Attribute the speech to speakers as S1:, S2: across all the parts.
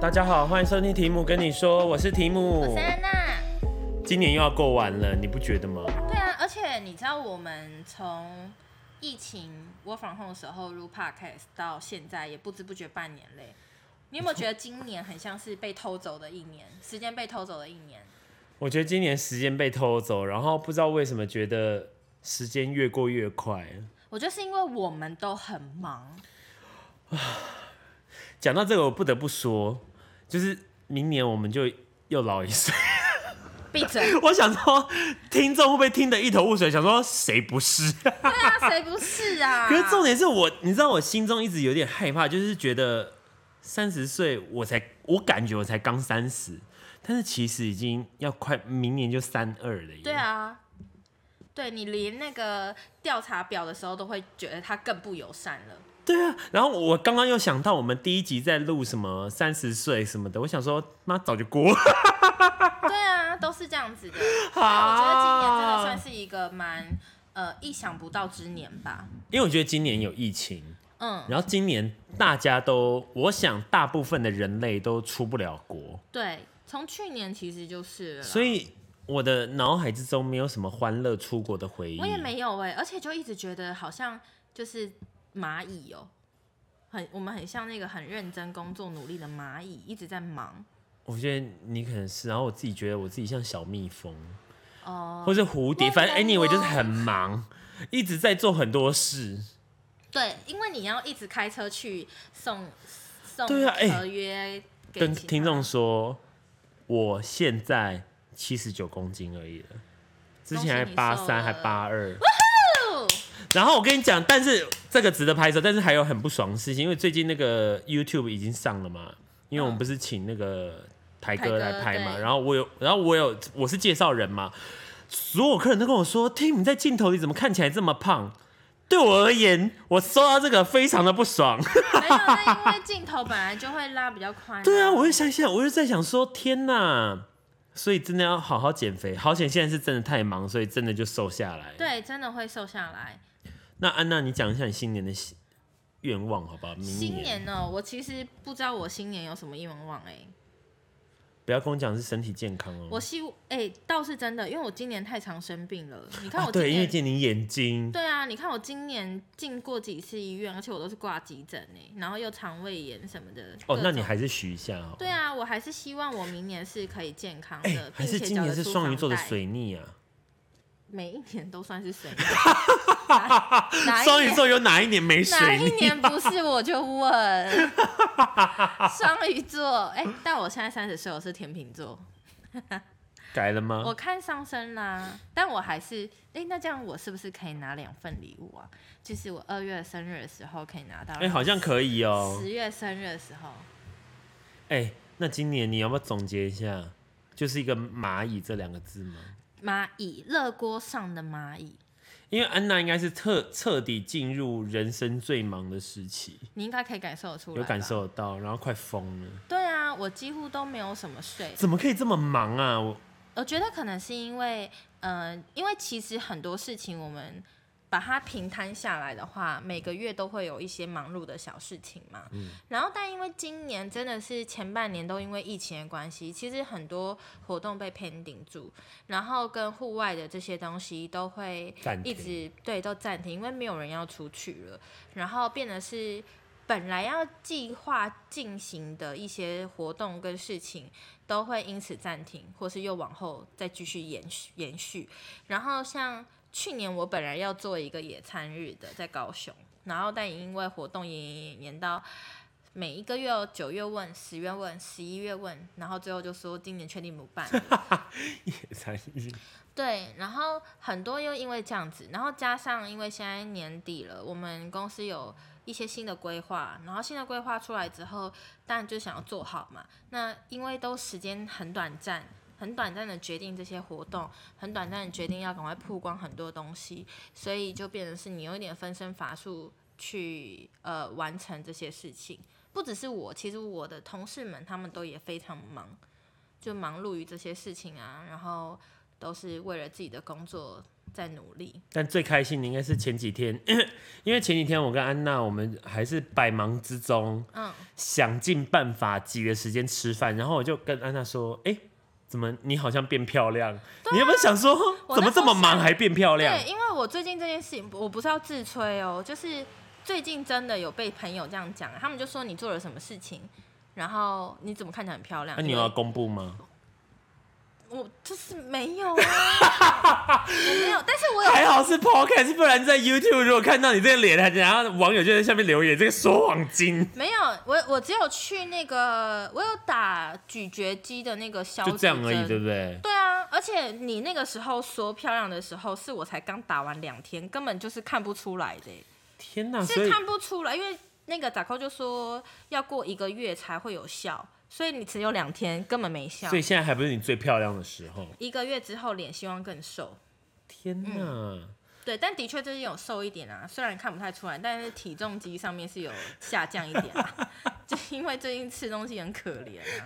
S1: 大家好，欢迎收听题目跟你说，我是题
S2: 我
S1: 目
S2: 是。安娜。
S1: 今年又要过完了，你不觉得吗？
S2: 对啊，而且你知道我们从疫情 work from home 的时候录 podcast 到现在，也不知不觉半年嘞。你有没有觉得今年很像是被偷走的一年，时间被偷走的一年？
S1: 我觉得今年时间被偷走，然后不知道为什么觉得时间越过越快。
S2: 我觉得是因为我们都很忙，
S1: 讲到这个，我不得不说，就是明年我们就又老一岁。
S2: 闭嘴！
S1: 我想说，听众会不会听得一头雾水？想说谁不是？
S2: 对啊，谁不是啊？
S1: 可是重点是我，你知道我心中一直有点害怕，就是觉得三十岁我才，我感觉我才刚三十，但是其实已经要快明年就三二了耶。
S2: 对啊，对你连那个调查表的时候都会觉得它更不友善了。
S1: 对啊。然后我刚刚又想到我们第一集在录什么三十岁什么的，我想说妈早就过了。
S2: 对啊，都是这样子的。但我觉得今年真的
S1: 哦
S2: 算是一个蛮呃意想不到之年吧。
S1: 因为我觉得今年有疫情，
S2: 嗯，
S1: 然后今年大家都，我想大部分的人类都出不了国，
S2: 对，啊从去年其实就是了啦，
S1: 所以我的脑海之中没有什么欢乐出国的回忆。
S2: 我也没有哎、而且就一直觉得好像就是蚂蚁哦、很我们很像那个很认真工作努力的蚂蚁，一直在忙。
S1: 我觉得你可能是，然后我自己觉得我自己像小蜜蜂，
S2: 哦、
S1: 或是蝴蝶，反正
S2: 嗡嗡
S1: anyway
S2: 嗡
S1: 就是很忙，一直在做很多事。
S2: 对，因为你要一直开车去送送
S1: 对啊哎
S2: 合约给
S1: 跟
S2: 其他
S1: 听众说，我现在七十九公斤而已了，之前还
S2: 恭喜你
S1: 八
S2: 瘦
S1: 三
S2: 了
S1: 还八二。
S2: 哦
S1: 然后我跟你讲，但是这个值得拍手，但是还有很不爽的事情，因为最近那个 YouTube 已经上了嘛，因为我们
S2: 嗯
S1: 不是请那个台
S2: 台
S1: 哥
S2: 哥
S1: 来拍嘛，
S2: 对
S1: 然后我有，然后我有，我是介绍人嘛，所有客人都跟我说，Tim 你在镜头里怎么看起来这么胖？对我而言，我收到这个非常的不爽。
S2: 没有，那因为镜头本来就会拉比较宽、
S1: 对啊，我就想想，我就在想说，天哪！所以真的要好好减肥，好险现在是真的太忙，所以真的就瘦下来。，
S2: 对，真的会瘦下来。
S1: 那安娜，你讲一下你新年的希愿望好不好？明
S2: 新年哦、我其实不知道我新年有什么愿望哎、
S1: 嗯不要跟我讲是身体健康哦。
S2: 我希哎、倒是真的，因为我今年太常生病了。你看
S1: 啊
S2: 我今
S1: 对，因
S2: 年、
S1: 为见你眼睛，
S2: 对啊，你看我今年进过几次医院，而且我都是挂急诊哎、然后又肠胃炎什么的。
S1: 哦
S2: 各，
S1: 那你
S2: 种
S1: 还是许一下哦。
S2: 对啊，我还是希望我明年是可以健康
S1: 哎、
S2: 的，
S1: 还
S2: 并
S1: 是
S2: 且
S1: 今
S2: 缴
S1: 年
S2: 得
S1: 是
S2: 出
S1: 双鱼
S2: 房
S1: 座的
S2: 贷，
S1: 水逆啊。
S2: 每一年都算 是水逆哪哪一
S1: 双鱼
S2: 年
S1: 座有哪一年没水
S2: 哪一
S1: 逆？
S2: 年不是我就问。双鱼座，哎、但我现在三十岁，我是天秤座，
S1: 改了吗
S2: 我？看上升啦，但我还是，哎、那这样我是不是可以拿两份礼物啊？就是我二月生日的时候可以拿到，
S1: 哎、好像可以哦。
S2: 十月生日的时候，
S1: 哎、那今年你要不要总结一下？就是一个蚂蚁这两个字吗？
S2: 蚂蚁热锅上的蚂蚁，
S1: 因为安娜应该是彻彻底进入人生最忙的时期，
S2: 你应该可以感受得出来，
S1: 有感。受到，然后快疯了，
S2: 对啊，我几乎都没有什么睡，
S1: 怎么可以这么忙啊？我
S2: 我觉得可能是因为，嗯、因为其实很多事情我们把它平摊下来的话，每个月都会有一些忙碌的小事情嘛。
S1: 嗯
S2: 然后，但因为今年真的是前半年都因为疫情的关系，其实很多活动被 pending 住，然后跟户外的这些东西都会
S1: 暂停
S2: 一直对都暂停，因为没有人要出去了，然后变得是。本来要计划进行的一些活动跟事情，都会因此暂停，或是又往后再继续延续延续。然后像去年我本来要做一个野餐日的，在高雄，然后但也因为活动延延延延到每一个月哦九月问、十月问、十一月问，然后最后就说今年确定不办了。
S1: 才
S2: 对，然后很多又因为这样子，然后加上因为现在年底了，我们公司有一些新的规划，然后新的规划出来之后，当然就想要做好嘛。那因为都时间很短暂，很短暂的决定这些活动，很短暂的决定要赶快曝光很多东西，所以就变成是你有一点分身乏术去呃完成这些事情。不只是我，其实我的同事们他们都也非常忙，就忙碌于这些事情啊，然后。都是为了自己的工作在努力。
S1: 但最开心的应该是前几天， 因为前几天我跟安娜，我们还是百忙之中，
S2: 嗯，
S1: 想尽办法挤着时间吃饭，然后我就跟安娜说：“哎、怎么你好像变漂亮？你有没有想说
S2: 啊我
S1: 怎么
S2: 那时
S1: 这
S2: 候
S1: 么忙还变漂亮
S2: 对，因为我最近这件事情，我不是要自吹哦，就是最近真的有被朋友这样讲，他们就说你做了什么事情，然后你怎么看起来很漂？”亮？
S1: 啊那、你有要公布吗？
S2: 我就是没有 啊，我没有，但是我有
S1: 还好是 podcast，不然在 YouTube 如果看到你这个脸，然后网友就在下面留言这个说谎精，
S2: 没有，我我只有去那个，我有打咀嚼肌的那个消
S1: 就这样而已，对
S2: 对
S1: 不对？
S2: 对啊，而且你那个时候说漂亮的时候，是我才刚打完两天，根本就是看不出来的欸，
S1: 天哪！所
S2: 是
S1: 以
S2: 看不出来，因为那个打扣就说要过一个月才会有效，所以你只有两天，根本没效
S1: 所。以现在还不是你最漂亮的时候。
S2: 一个月之后脸希望更瘦，
S1: 天哪！
S2: 嗯对，但的确最近有瘦一点啊，虽然看不太出来，但是体重机上面是有下降一点、 啊，就是因为最近吃东西很可怜啊，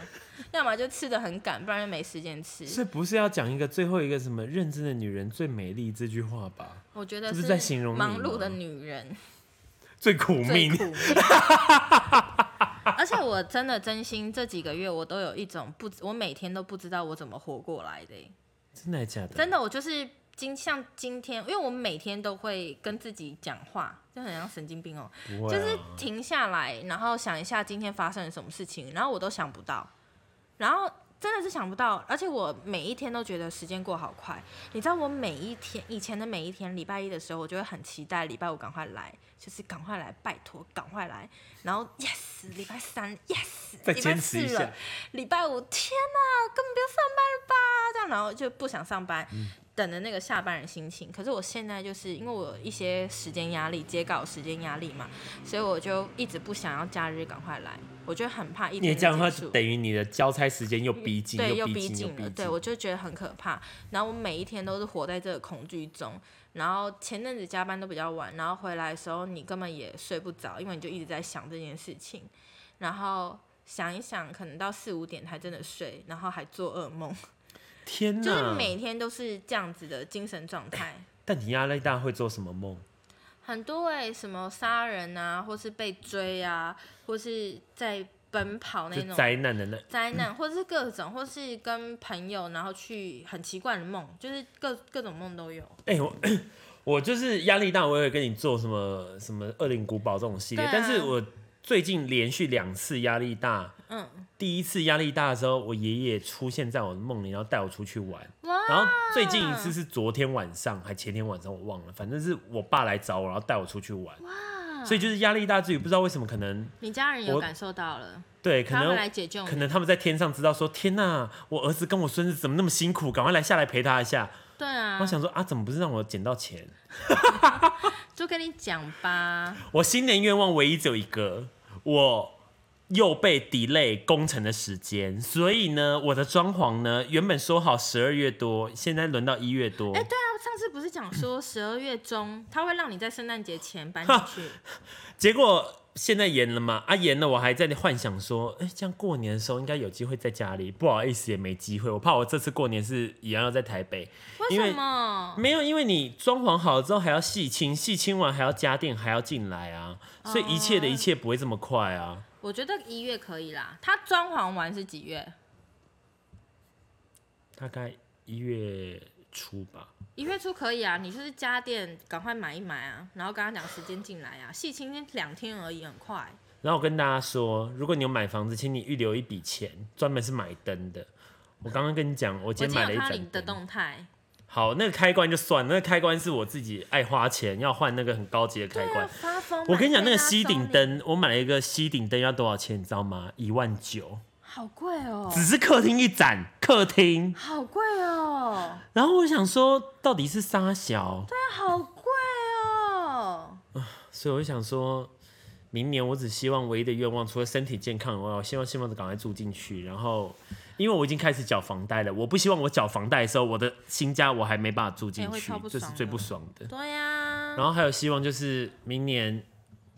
S2: 要么就吃的很赶，不然就没时间吃。
S1: 这不是要讲一个最后一个什么认真的女人最美丽这句话吧？
S2: 我觉得
S1: 这是在形容你
S2: 忙碌
S1: 吗
S2: 的女人
S1: 最苦
S2: 最
S1: 命，
S2: 苦命。而且我真的真心这几个月，我都有一种不知，我每天都不知道我怎么活过来的欸、
S1: 真的还假的？
S2: 真的，我就是今像今天，因为我每天都会跟自己讲话，就很像神经病哦、
S1: 不会
S2: 就
S1: 啊
S2: 是停下来，然后想一下今天发生了什么事情，然后我都想不到，然后真的是想不到，而且我每一天都觉得时间过好快。你知道我每一天以前的每一天，礼拜一的时候我就会很期待礼拜五赶快来，就是赶快来，拜托赶快来，然后 yes，礼拜三 yes，
S1: 再
S2: 礼拜
S1: 坚持一
S2: 四
S1: 下
S2: 了，礼拜五天哪、根本不要上班了吧？这样然后就不想上班。
S1: 嗯
S2: 等着那个下班人心情，可是我现在就是因为我有一些时间压力，接稿时间压力嘛，所以我就一直不想要假日赶快来，我就很怕一
S1: 你
S2: 天
S1: 这样的话，
S2: 结束
S1: 就等于你的交差时间又逼近，
S2: 对，又
S1: 逼
S2: 逼
S1: 又
S2: 近
S1: 逼
S2: 了，对我就觉得很可怕。然后我每一天都是活在这个恐惧中。然后前阵子加班都比较晚，然后回来的时候你根本也睡不着，因为你就一直在想这件事情。然后想一想，可能到四五点才真的睡，然后还做噩梦，
S1: 天
S2: 就是
S1: 哪！
S2: 每天都是这样子的精神状态。
S1: 但你压力大会做什么梦？
S2: 很多哎、什么杀人啊，或是被追啊，或是在奔跑那
S1: 就
S2: 种
S1: 灾难的那
S2: 灾难，或者是各种，或是跟朋友然后去很奇怪的梦，就是各各种梦都有。
S1: 哎、我我就是压力大，我也会跟你做什么什么恶灵古堡这种系列，
S2: 对啊
S1: 但是我最近连续两次压力大。
S2: 嗯，
S1: 第一次压力大的时候，我爷爷出现在我的梦里，然后带我出去玩。
S2: 哇，
S1: 然后最近一次是昨天晚上，还前天晚上我忘了，反正是我爸来找我，然后带我出去玩。所以就是压力大之余，不知道为什么可能
S2: 你家人有
S1: 我
S2: 感受到了，
S1: 对，可
S2: 他会
S1: 能
S2: 来解救
S1: 可
S2: 你。
S1: 能他们在天上知道说，天呐，我儿子跟我孙子怎么那么辛苦，赶快来下来陪他一下。
S2: 对啊
S1: 我，想说啊，怎么不是让我捡到钱？
S2: 就跟你讲吧。
S1: 我新年愿望唯一只有一个，我又被 delay 工程的时间，所以呢，我的装潢呢，原本说好十二月多，现在轮到一月多。
S2: 哎、对啊，上次不是讲说十二月中他会让你在圣诞节前搬进 去？
S1: 结果现在延了嘛，啊延了，我还在幻想说，哎、这样过年的时候应该有机会在家里。不好意思，也没机会，我怕我这次过年是一样要在台北。
S2: 为
S1: 因为
S2: 什么？
S1: 没有，因为你装潢好了之后还要细清，细清完还要家电，还要进来啊，所以一切的一切不会这么快啊。
S2: 我觉得一月可以啦。他装潢完是几月？
S1: 大概一月初吧。
S2: 一月初可以啊，你就是家电赶快买一买啊，然后跟他讲时间进来啊，细清两天而已，很快。
S1: 然后我跟大家说，如果你有买房子，请你预留一笔钱，专门是买灯的。我刚刚跟你讲，我
S2: 我
S1: 今
S2: 今
S1: 天买
S2: 天
S1: 了
S2: 有
S1: 一
S2: 看到你的
S1: 盏灯。
S2: 动态，
S1: 好，那个开关就算，那个开关是我自己爱花钱，要换那个很高级的开
S2: 对
S1: 关
S2: 啊，。发疯。
S1: 我跟你讲，那个
S2: 买飞
S1: 吸
S2: 搭
S1: 顶
S2: 送你
S1: 灯，我买了一个吸顶灯要多少钱，你知道吗？一万九，
S2: 好贵哦，
S1: 只是客厅一盏，客厅。
S2: 好贵哦，
S1: 然后我想说，到底是沙小，
S2: 那好贵哦。
S1: 所以我就想说，明年我只希望唯一的愿望，除了身体健康以外，我希望希望赶快住进去。然后，因为我已经开始缴房贷了，我不希望我缴房贷的时候，我的新家我还没办法住进
S2: 哎会
S1: 去
S2: 超不，
S1: 这是
S2: 爽
S1: 最
S2: 的
S1: 不爽的。
S2: 对呀、
S1: 然后还有希望就是明年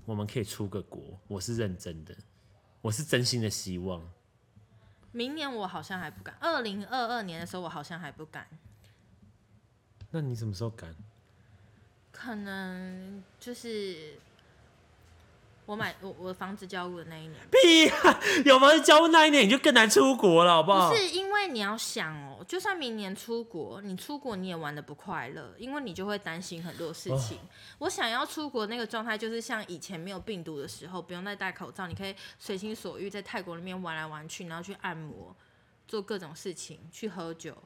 S1: 我们可以出个国，我是认真的，我是真心的希望。
S2: 明年我好像还不敢，二零二二年的时候我好像还不敢。
S1: 那你什么时候敢？
S2: 可能就是我买我我房子交屋的那一年，
S1: 屁呀、有房子交屋那一年你就更难出国了，好不好
S2: 不？是因为你要想哦，就算明年出国，你出国你也玩的不快乐，因为你就会担心很多事情。我想要出国那个状态，就是像以前没有病毒的时候，不用再戴口罩，你可以随心所欲在泰国那边玩来玩去，然后去按摩，做各种事情，去喝酒。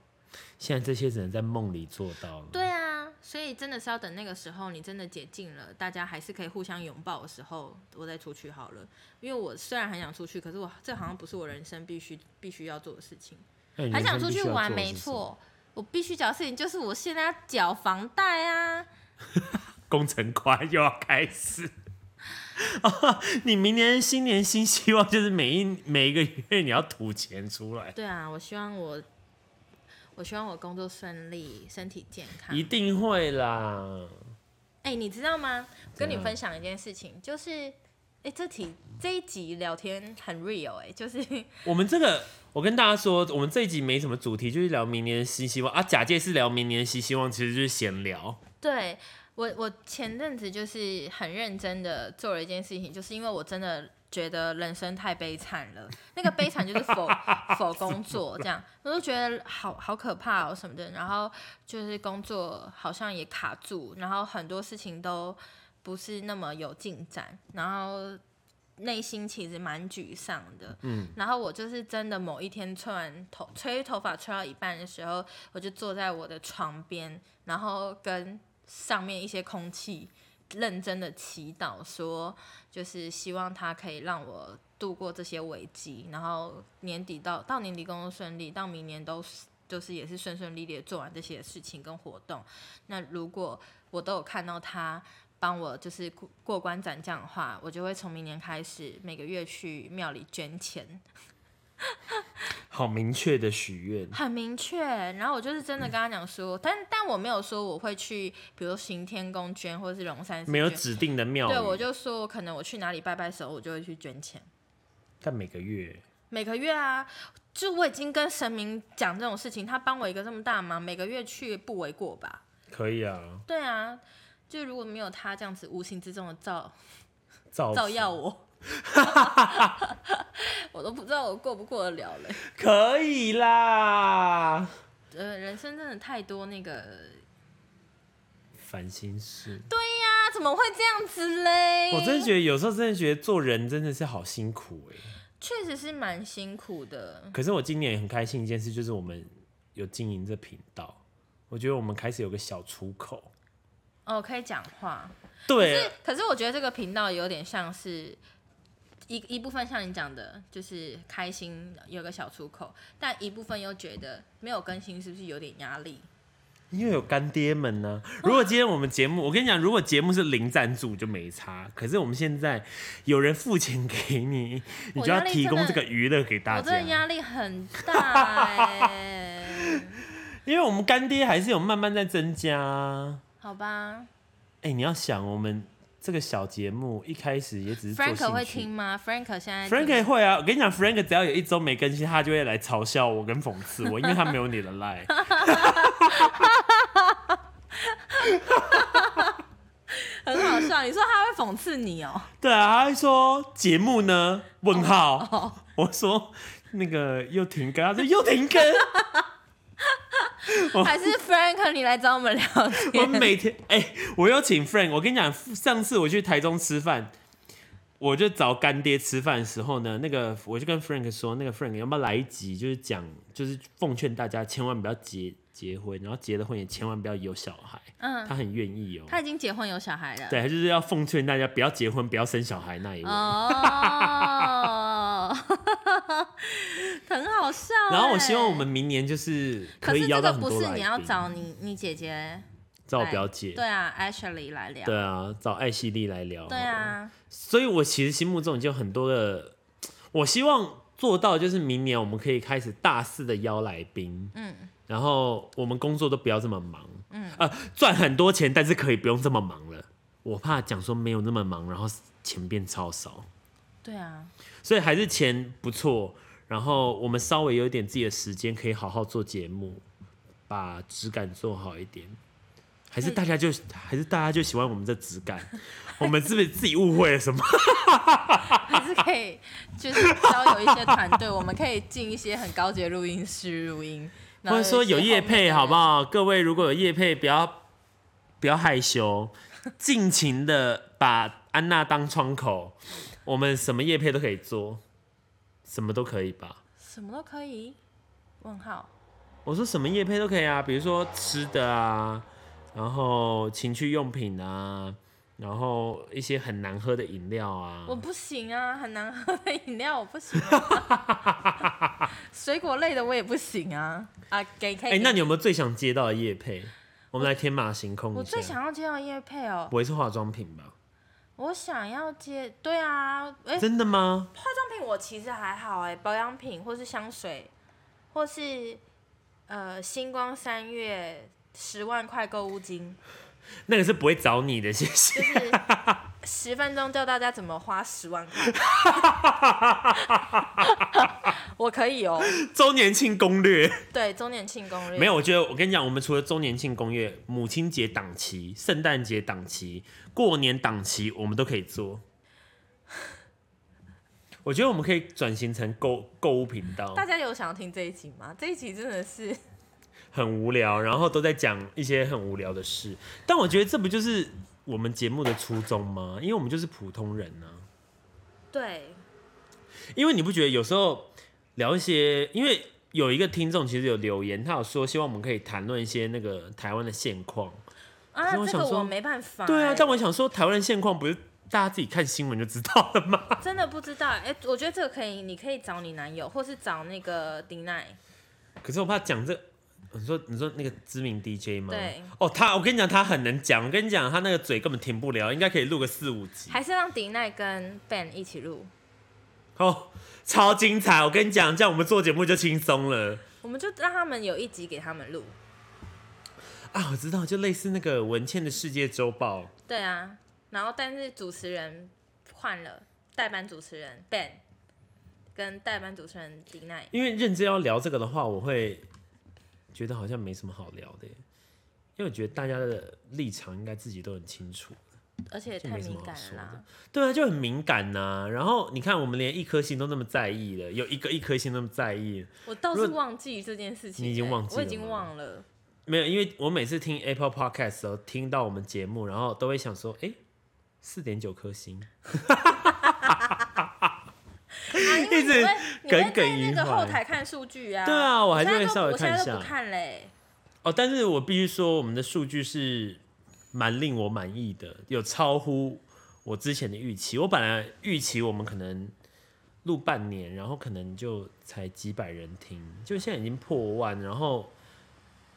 S1: 现在这些只能在梦里做到了。
S2: 对啊，所以真的是要等那个时候，你真的解禁了，大家还是可以互相拥抱的时候，我再出去好了。因为我虽然很想出去，可是我这好像不是我人生必须必须要做的事情。
S1: 那你人
S2: 很想
S1: 生
S2: 出
S1: 必
S2: 去
S1: 须要
S2: 玩，
S1: 做的是
S2: 没
S1: 什么。
S2: 错。我必须缴的事情就是我现在要缴房贷啊，
S1: 工程快又要开始。 你明年新年新希望就是每一 每一个月你要吐钱出来，
S2: 对啊，我希望我，我希望我工作顺利，身体健康
S1: 一。定会啦。
S2: 哎、你知道吗？跟你
S1: 怎样
S2: 分享一件事情，就是，哎、这题这一集聊天很 real 哎、就是
S1: 我们这个，我跟大家说，我们这一集没什么主题，就是聊明年的新希望啊。假借是聊明年的新希望，其实就是闲聊。
S2: 对我，我前阵子就是很认真的做了一件事情，就是因为我真的觉得人生太悲惨了，那个悲惨就是否否工作这样，我就觉得好好可怕哦什么的，然后就是工作好像也卡住，然后很多事情都不是那么有进展，然后。内心其实蛮沮丧的，嗯，然后我就是真的某一天吹完头吹头发吹到一半的时候，我就坐在我的床边，然后跟上面一些空气认真的祈祷说，就是希望他可以让我度过这些危机，然后年底到到年底工作顺利，到明年都是就是也是顺顺利利的做完这些事情跟活动。那如果我都有看到他。帮我就是过过关斩将的话，我就会从明年开始每个月去庙里捐钱，
S1: 好明确的许愿，
S2: 很明确。然后我就是真的跟他讲说，但但我没有说我会去，比如行天宫捐或是龙山寺
S1: 没有
S2: 捐
S1: 指定的庙宇，
S2: 对，我就说我可能我去哪里拜拜的时候，我就会去捐钱，
S1: 但每个月
S2: 每个月啊，就我已经跟神明讲这种事情，他帮我一个这么大忙，每个月去不为过吧？
S1: 可以啊，
S2: 对啊，就如果没有他这样子无形之中的照
S1: 造
S2: 照耀我， 我都不知道我过不过得了了。
S1: 可以啦。
S2: 呃，人生真的太多那个，啊
S1: 烦心事，
S2: 他、怎么会这样子嘞？
S1: 我真的觉得有时候真的觉得做人真的是好辛苦哎、
S2: 确实是蛮辛苦的。
S1: 可是我今年也很开心一件事，就是我们有经营这频道，我觉得我们开始有个小出口。
S2: 哦，可以讲话。
S1: 对，啊
S2: 可是我觉得这个频道有点像是一一部分像你讲的，就是开心有个小出口，但一部分又觉得没有更新是不是有点压力？
S1: 因为有干爹们呢、如果今天我们节目，我跟你讲，如果节目是零赞助就没差，可是我们现在有人付钱给你，你就要
S2: 我压力
S1: 提
S2: 真的
S1: 供这个娱乐给
S2: 我
S1: 大
S2: 真的
S1: 家。
S2: 压力很大哎、
S1: 因为我们干爹还是有慢慢在增加啊。
S2: 好吧
S1: 哎、你要想，我们这个小节目一开始也只是做
S2: ，Frank 会
S1: 兴趣
S2: 听。吗？Frank 现在听
S1: Frank 也会啊，我跟你讲，Frank 只要有一周没更新，他就会来嘲笑我跟讽刺我，因为他没有你的 line。
S2: 很好笑，你说他会讽刺你 哦、
S1: 对啊，他还说节目呢？问号。
S2: 哦
S1: 我说那个又停更，他说又停 更。哦
S2: 还是 Frank 你来找我们聊
S1: 我
S2: 天？
S1: 每天哎、我又请 Frank。我跟你讲，上次我去台中吃饭，我就找干爹吃饭的时候呢，那个我就跟 Frank 说，那个 Frank 要不要来一集，就是讲，就是奉劝大家千万不要结结婚，然后结了婚也千万不要有小孩。
S2: 嗯
S1: 他很愿意哦。
S2: 他已经结婚有小孩了。
S1: 对，他就是要奉劝大家不要结婚，不要生小孩那一位。
S2: 哦， 很好笑欸、
S1: 然后我希望我们明年就是
S2: 可
S1: 以
S2: 是
S1: 邀
S2: 这
S1: 到
S2: 个
S1: 很
S2: 不
S1: 多
S2: 是
S1: 来
S2: 你要
S1: 宾
S2: 找你你姐姐
S1: 找我
S2: 来
S1: 表姐，
S2: 对啊，Ashley 来聊。
S1: 对啊，找艾希莉来聊。
S2: 对，啊，
S1: 所以我其实心目中已经有很多的，我希望做到就是明年我们可以开始大肆的邀来宾，嗯，然后我们工作都不要这么忙，嗯，呃，赚很多钱，但是可以不用这么忙了。我怕讲说没有那么忙，然后钱变超少，
S2: 对啊，
S1: 所以还是钱不错，然后我们稍微有一点自己的时间，可以好好做节目，把质感做好一点。还是大家就还是大家就喜欢我们这质感？我们是不是自己误会了 什么？
S2: 还是可以，就是交有一些团队，我们可以进一些很高级的录音室录音，
S1: 或
S2: 然后
S1: 者说有
S2: 业
S1: 业配好不？好？各位如果有业配，不要不要害羞，尽情的把安娜当窗口，我们什么业配都可以做，什么都可以吧？
S2: 什么都可以？问号？
S1: 我说什么业配都可以啊，比如说吃的啊，然后情趣用品啊，然后一些很难喝的饮料啊
S2: 我。不行啊，很难喝的饮料我不行、啊， 水果类的我也不行啊啊，给可以
S1: 哎、
S2: 给。
S1: 那你有没有最想接到的业配？我们来天马行空一下。
S2: 我最想要接到叶配哦，
S1: 不会是化妆品吧？
S2: 我想要接，对啊，哎、
S1: 真的吗？
S2: 保养品我其实还好哎、保养品或是香水，或是呃星光三月十万块购物金，
S1: 那个是不会找你的，谢谢。
S2: 就是 十分钟教大家怎么花十万块。 我可以哦，
S1: 周年庆攻略
S2: 对，啊周年庆攻略
S1: 没有，我觉得我跟你讲，我们除了周年庆攻略、母亲节档期、圣诞节档期、过年档期，我们都可以做。 我觉得我们可以转型成购购物频道
S2: 大，家有想要听这一集吗？这一集真的是
S1: 很无聊，然后都在讲一些很无聊的事。但我觉得这不就是我们节目的初衷吗？因为我们就是普通人呢、
S2: 对，
S1: 因为你不觉得有时候聊一些，因为有一个听众其实有留言，他有说希望我们可以谈论一些那个台湾的现况。可
S2: 啊，
S1: 是我
S2: 这
S1: 想
S2: 个
S1: 说
S2: 我没办法欸、
S1: 对啊，但我想说，台湾的现况不是大家自己看新闻就知道了吗？
S2: 真的不知道。哎、我觉得这个可以，你可以找你男友，或是找那个迪奈。
S1: 可是我怕讲这，你说你说那个知名 DJ 吗？
S2: 对。
S1: 哦，他我跟你讲，他很能讲。我跟你讲，他那个嘴根本停不了，应该可以录个四五集。
S2: 还是让迪奈跟 Ben 一起录，
S1: 哦，超精彩！我跟你讲，这样我们做节目就轻松了
S2: 我们就让他们有一集给他们录。
S1: 啊！我知道，就类似那个文倩的世界周报。
S2: 对啊，然后但是主持人换了，代班主持人 Ben 跟代班主持人迪奈，
S1: 因为认真要聊这个的话，我会觉得好像没什么好聊的耶，因为我觉得大家的立场应该自己都很清楚。
S2: 而且
S1: 这
S2: 太
S1: 没什
S2: 敏
S1: 么好
S2: 感
S1: 说
S2: 了啦
S1: 的。对啊，就很敏感呐、然后你看，我们连一颗星都那么在意了，有一个一颗星那么在意，
S2: 我倒是
S1: 如果
S2: 忘记这件事情、
S1: 你已经
S2: 欸
S1: 忘记
S2: 我已
S1: 了
S2: 经
S1: 吗
S2: 忘了。
S1: 没有？因为我每次听 Apple Podcast 的时候，听到我们节目，然后都会想说，哎，四点九颗星，
S2: 啊，因为
S1: 一
S2: 你
S1: 直
S2: 会你会
S1: 耿耿
S2: 在那
S1: 于
S2: 个后
S1: 怀
S2: 台看数据啊。
S1: 对啊我还是
S2: 现在
S1: 会
S2: 都
S1: 稍微
S2: 我现
S1: 看
S2: 在
S1: 一
S2: 都不
S1: 下
S2: 看嘞。
S1: 哦，但是我必须说，我们的数据是蛮令我满意的，有超乎我之前的预期。我本来预期我们可能录半年，然后可能就才几百人听，就现在已经破万，然后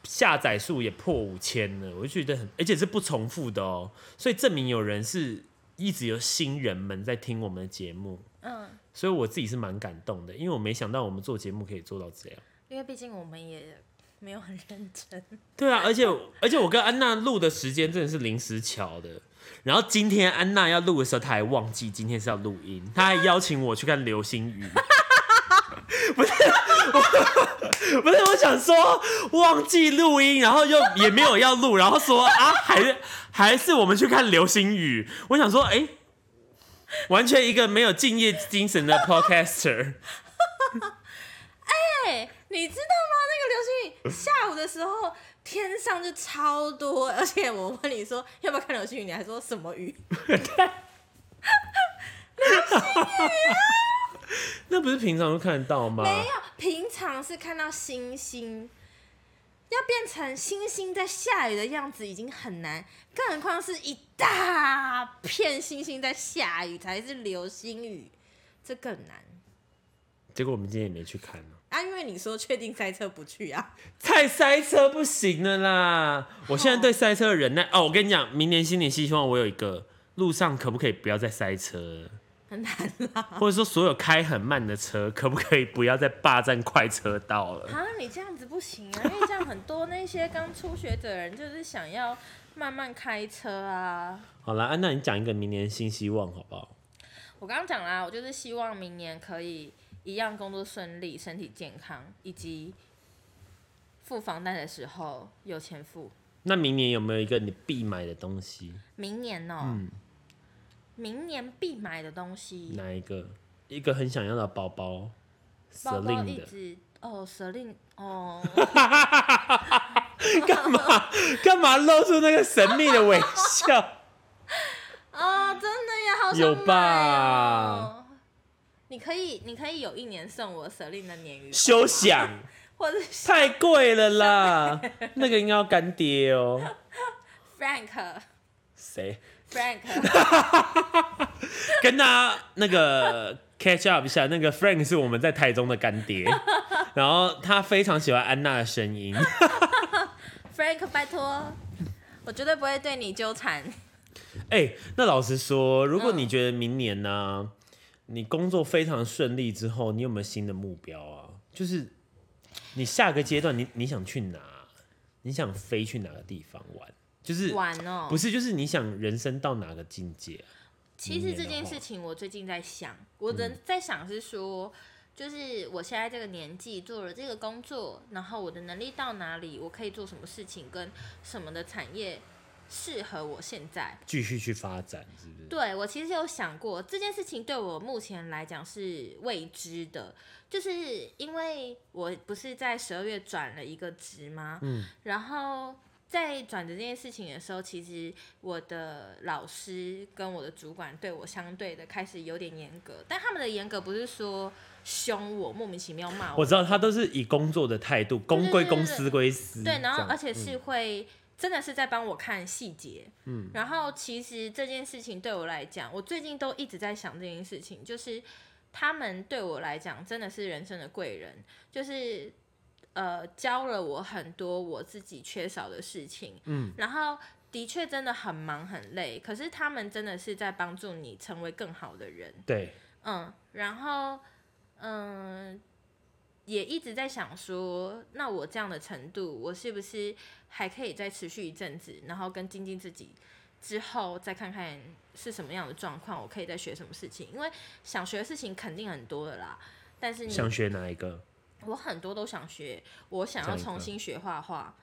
S1: 下载数也破五千了，我就觉得很，而且是不重复的哦，所以证明有人是一直有新人们在听我们的节目，
S2: 嗯，
S1: 所以我自己是蛮感动的，因为我没想到我们做节目可以做到这样。
S2: 因为毕竟我们也没有很认真。
S1: 对啊，而且而且我跟安娜录的时间真的是临时巧的。然后今天安娜要录的时候，她还忘记今天是要录音，她还邀请我去看流星雨。 不是，我 不是，我想说忘记录音，然后又也没有要录，然后说啊，还是还是我们去看流星雨。我想说，哎、完全一个没有敬业精神的 podcaster。
S2: 对，哎你知道吗？那个流星雨下午的时候，天上就超多，而且我问你说要不要看流星雨，你还说什么雨？
S1: 那不是平常都看得到吗？
S2: 没有，平常是看到星星，要变成星星在下雨的样子已经很难，更何况是一大片星星在下雨才是流星雨，这更难
S1: 结果我们今天也没去看呢。
S2: 啊！因为你说确定塞车不去啊？
S1: 太塞车不行了啦！我现在对塞车的忍耐哦，我跟你讲，明年新年希望我有一个路上可不可以不要再塞车，
S2: 很难啦！
S1: 或者说所有开很慢的车可不可以不要再霸占快车道了？
S2: 啊，你这样子不行 啊，因为这样很多那些刚初学者的人就是想要慢慢开车啊。
S1: 好啦，安娜，你讲一个明年新希望好不好？
S2: 我刚刚讲啦，我就是希望明年可以一样工作顺利、身体健康，以及付房贷的时候有钱付。
S1: 那明年有没有一个你必买的东西？
S2: 明年哦、
S1: 嗯
S2: 明年必买的东西，
S1: 哪一个？一个很想要的包包
S2: 包包
S1: ，Celine
S2: 一
S1: 的，
S2: 直哦，Celine 哦，
S1: 干嘛干嘛露出那个神秘的微笑？
S2: 啊、真的呀，好
S1: 有
S2: 想买
S1: 吧
S2: 哦。你可以，你可以有一年送我 Celine 的鲶鱼，
S1: 休想，
S2: 或者是
S1: 太贵了啦！那个应该要干爹哦。
S2: Frank
S1: 谁
S2: Frank
S1: 跟大家那个 catch up 一下？那个 Frank 是我们在台中的干 爹，然后他非常喜欢安娜的声音。
S2: Frank，拜托，我绝对不会对你纠缠。
S1: 哎、那老实说，如果
S2: 嗯
S1: 你觉得明年呢、你工作非常顺利之后，你有没有新的目标啊？就是你下个阶段你，你想去哪？你想飞去哪个地方玩？就是
S2: 玩哦、
S1: 不是就是你想人生到哪个境界啊、
S2: 其
S1: 明
S2: 实
S1: 年
S2: 这
S1: 的
S2: 件
S1: 话嗯
S2: 事情我最近在想，我人在想是说，就是我现在这个年纪做了这个工作，然后我的能力到哪里，我可以做什么事情，跟什么的产业适合我现在。
S1: 继续去发展，是不是？
S2: 对我其实有想过这件事情，对我目前来讲是未知的，就是因为我不是在十二月转了一个职吗？
S1: 嗯，
S2: 然后在转职这件事情的时候，其实我的老师跟我的主管对我相对的开始有点严格，但他们的严格不是说凶我、莫名其妙骂
S1: 我知道他都是以工作的态度，公归公，私归私。
S2: 对，
S1: 这
S2: 然后
S1: 样
S2: 而且是会、真的是在帮我看细节，嗯，然后其实这件事情对我来讲，我最近都一直在想这件事情，就是他们对我来讲真的是人生的贵人，就是。呃，教了我很多我自己缺少的事情，嗯，然后的确真的很忙很累，可是他们真的是在帮助你成为更好的人，
S1: 对，
S2: 嗯，然后嗯，也一直在想说，那我这样的程度，我是不是还可以再持续一阵子，然后跟精进自己，之后再看看是什么样的状况，我可以再学什么事情？因为想学的事情肯定很多的啦，但是你
S1: 想学哪一个？
S2: 我很多都想学，我想要
S1: 讲一个
S2: 重新学画画，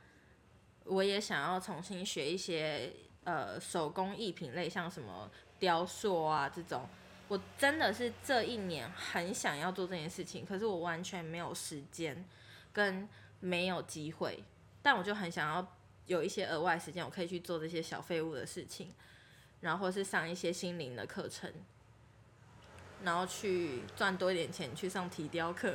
S2: 我也想要重新学一些呃手工艺品类，像什么雕塑啊这种。我真的是这一年很想要做这件事情，可是我完全没有时间跟没有机会，但我就很想要有一些额外时间，我可以去做这些小废物的事情，然后或是上一些心灵的课程。然后去赚多一点钱，去上体雕课。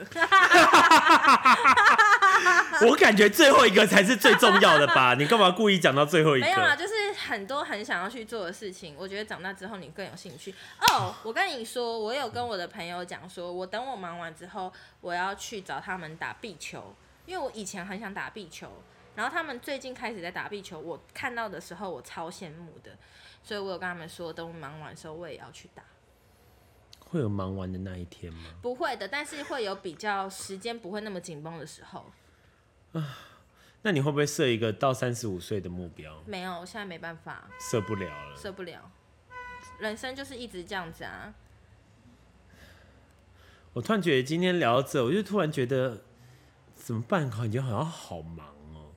S1: 我感觉最后一个才是最重要的 吧？你干嘛故意讲到最后一
S2: 没有啦，
S1: 个？
S2: 就是很多很想要去做的事情，我觉得长大之后你更有兴趣。哦、我跟你说，我有跟我的朋友讲说，我等我忙完之后，我要去找他们打壁球，因为我以前很想打壁球，然后他们最近开始在打壁球，我看到的时候我超羡慕的，所以我有跟他们说，等我忙完的时候我也要去打。
S1: 会有忙完的那一天吗？
S2: 不会的，但是会有比较时间不会那么紧绷的时候。
S1: 那你会不会设一个到三十五岁的目标？
S2: 没有，我现在没办法，
S1: 设不了了。
S2: 受不了。人生就是一直这样子啊。
S1: 我突然觉得今天聊到这，我就突然觉得怎么办？感觉好像好忙哦、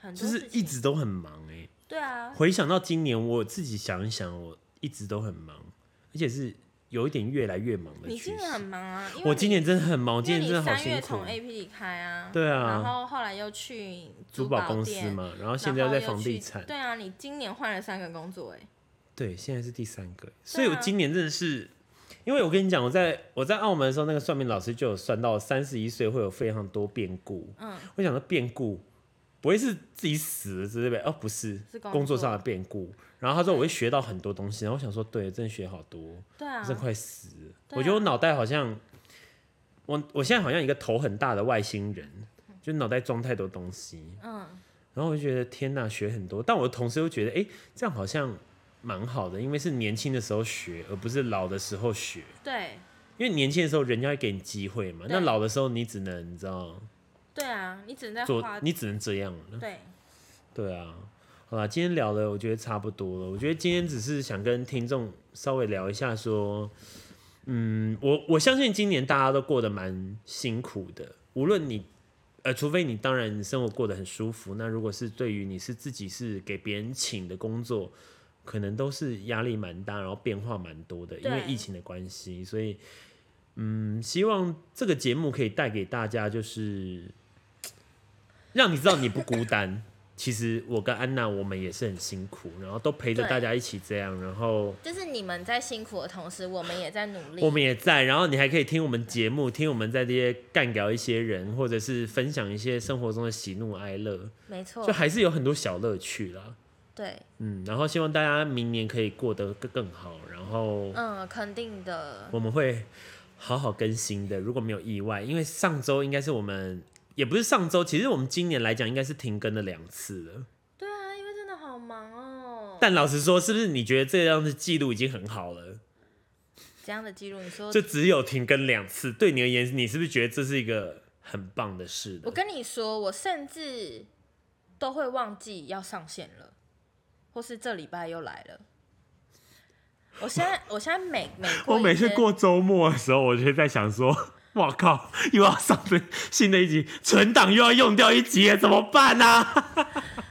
S2: 很多
S1: 就是
S2: 事情
S1: 一直都很忙哎、
S2: 对啊，
S1: 回想到今年，我自己想一想，我一直都很忙，而且是有一点越来越忙的
S2: 你
S1: 趋势
S2: 今。年很忙啊，因为
S1: 我
S2: 你
S1: 今年真的很忙，我今
S2: 因为
S1: 年真的
S2: 你
S1: 好
S2: 三
S1: 辛
S2: 月
S1: 苦
S2: 从。A P 离开啊，
S1: 对啊
S2: 然后后来又去
S1: 珠
S2: 宝
S1: 宝公司
S2: 店，
S1: 嘛，然后
S2: 然
S1: 现在在
S2: 又
S1: 房地
S2: 去
S1: 产，
S2: 对啊，你今年换了三个工作、哎，
S1: 对，现在是第三个，
S2: 啊
S1: 所以我今年真的是，因为我跟你讲，我在我在澳门的时候，那个算命老师就有算到三十一岁会有非常多变故。
S2: 嗯，
S1: 我想到变故不会是自己死了之类的，哦，不是，
S2: 是工
S1: 工作
S2: 作
S1: 上的变故。然后他说我会学到很多东西，然后我想说，对，真的学好多，
S2: 对啊
S1: 真，的快死了。
S2: 对啊
S1: 我觉得我脑袋好像，我我现在好像一个头很大的外星人，就脑袋装太多东西。
S2: 嗯，
S1: 然后我就觉得天呐，学很多，但我同时又觉得，哎、这样好像蛮好的，因为是年轻的时候学，而不是老的时候学。
S2: 对，
S1: 因为年轻的时候人家会给你机会嘛，
S2: 对
S1: 那老的时候你只能你知道
S2: 对啊，你只能在
S1: 做
S2: 花，，
S1: 你只能这样了。
S2: 对，
S1: 对啊，好啦，今天聊的我觉得差不多了。我觉得今天只是想跟听众稍微聊一下说，嗯，我我相信今年大家都过得蛮辛苦的，无论你呃，除非你当然你生活过得很舒服，那如果是对于你是自己是给别人请的工作，可能都是压力蛮大，然后变化蛮多的，因为
S2: 对
S1: 疫情的关系，所以嗯，希望这个节目可以带给大家，就是让你知道你不孤单。其实我跟安娜，我们也是很辛苦，然后都陪着
S2: 对
S1: 大家一起这样，然后
S2: 就是你们在辛苦的同时，我们也在努力。
S1: 我们也在，然后你还可以听我们节目，听我们在这些干掉一些人，或者是分享一些生活中的喜怒哀乐，
S2: 没错
S1: 就，还是有很多小乐趣啦。
S2: 对，
S1: 嗯，然后希望大家明年可以过得更更好，然后
S2: 嗯，肯定的，
S1: 我们会好好更新的，如果没有意外，因为上周应该是我们。也不是上周，其实我们今年来讲应该是停更了两次了。
S2: 对啊，因为真的好忙哦。
S1: 但老实说，是不是你觉得这样的记录已经很好了？
S2: 这样的记录，你说
S1: 就只有停更两次，对你而言，你是不是觉得这是一个很棒的事呢？
S2: 我跟你说，我甚至都会忘记要上线了，或是这礼拜又来了。我现在，我现在每每
S1: 我每次
S2: 一天
S1: 过周末的时候，我就会在想说， 哇靠，又要上的新的一集，存档又要用掉一集耶，怎么办呢、啊？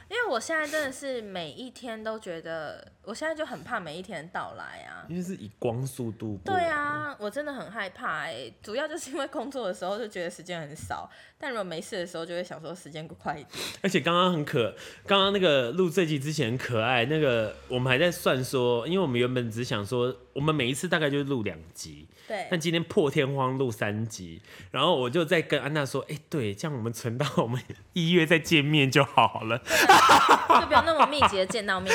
S2: 因为我现在真的是每一天都觉得，我现在就很怕每一天的到来啊。
S1: 因为是以光速度过。
S2: 对，啊，我真的很害怕哎、主要就是因为工作的时候就觉得时间很少，但如果没事的时候就会想说时间快一点。
S1: 而且刚刚很可，刚刚那个录这集之前很可爱，那个我们还在算说，因为我们原本只想说，我们每一次大概就录两集，
S2: 对
S1: 但，今天破天荒录三集，然后我就在跟安娜说，哎、对，这样我们存到我们一月再见面就好了。
S2: 就不要那么密集的见到面。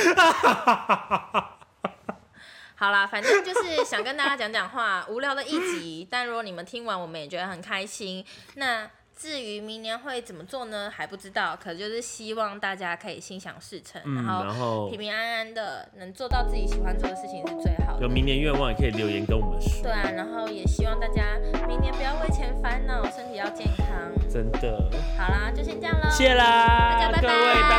S2: 好啦，反正就是想跟大家讲讲话，无聊的一集。但如果你们听完，我们也觉得很开心。那至于明年会怎么做呢？还不知道，可就是希望大家可以心想事成，
S1: 嗯，然后
S2: 平平安安的，能做到自己喜欢做的事情是最好
S1: 有
S2: 的。
S1: 明年愿望也可以留言跟我们说。
S2: 对啊，然后也希望大家明年不要为钱烦恼，身体要健康。
S1: 真的，
S2: 好啦，就先这样喽，
S1: 谢啦，
S2: 大家拜
S1: 各位，
S2: 拜